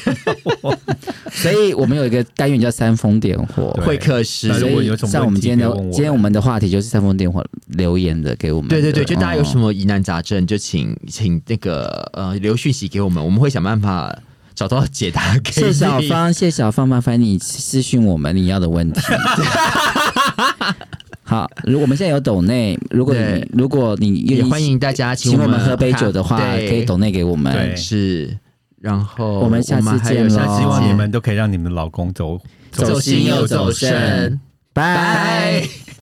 B: 所以我们有一个单元叫煽风点火。
A: 对
C: [LAUGHS] 会客室
A: 那。
B: 所
A: 如果
B: 以
A: 有什么
B: 像我们
A: 问题
B: 今天的
A: 可以问我们
B: 今天我们的话题就是煽风点火留言的给我们的，哦
C: 对对对，就大家有什
B: 么
C: 么疑难杂症，就请请那个呃留讯息给我们，我们会想办法找到解答给
B: 谢
C: 你。
B: 小芳，谢小芳，麻烦你私讯我们你要的问题。好，如果我们现在有抖内，如果你
C: 对
B: 如果你
C: 也
B: 愿意
C: 欢迎大家请
B: 请我们喝
C: 喝
B: 杯酒的话，可以抖内给我们
A: 对。
C: 是。然后
B: 我们下次
C: 还有
B: 见
C: 下
B: 咯
C: 次
A: 希望
C: 见
A: 你们都可以让你们的老公走
B: 走心又走肾，拜。
C: 拜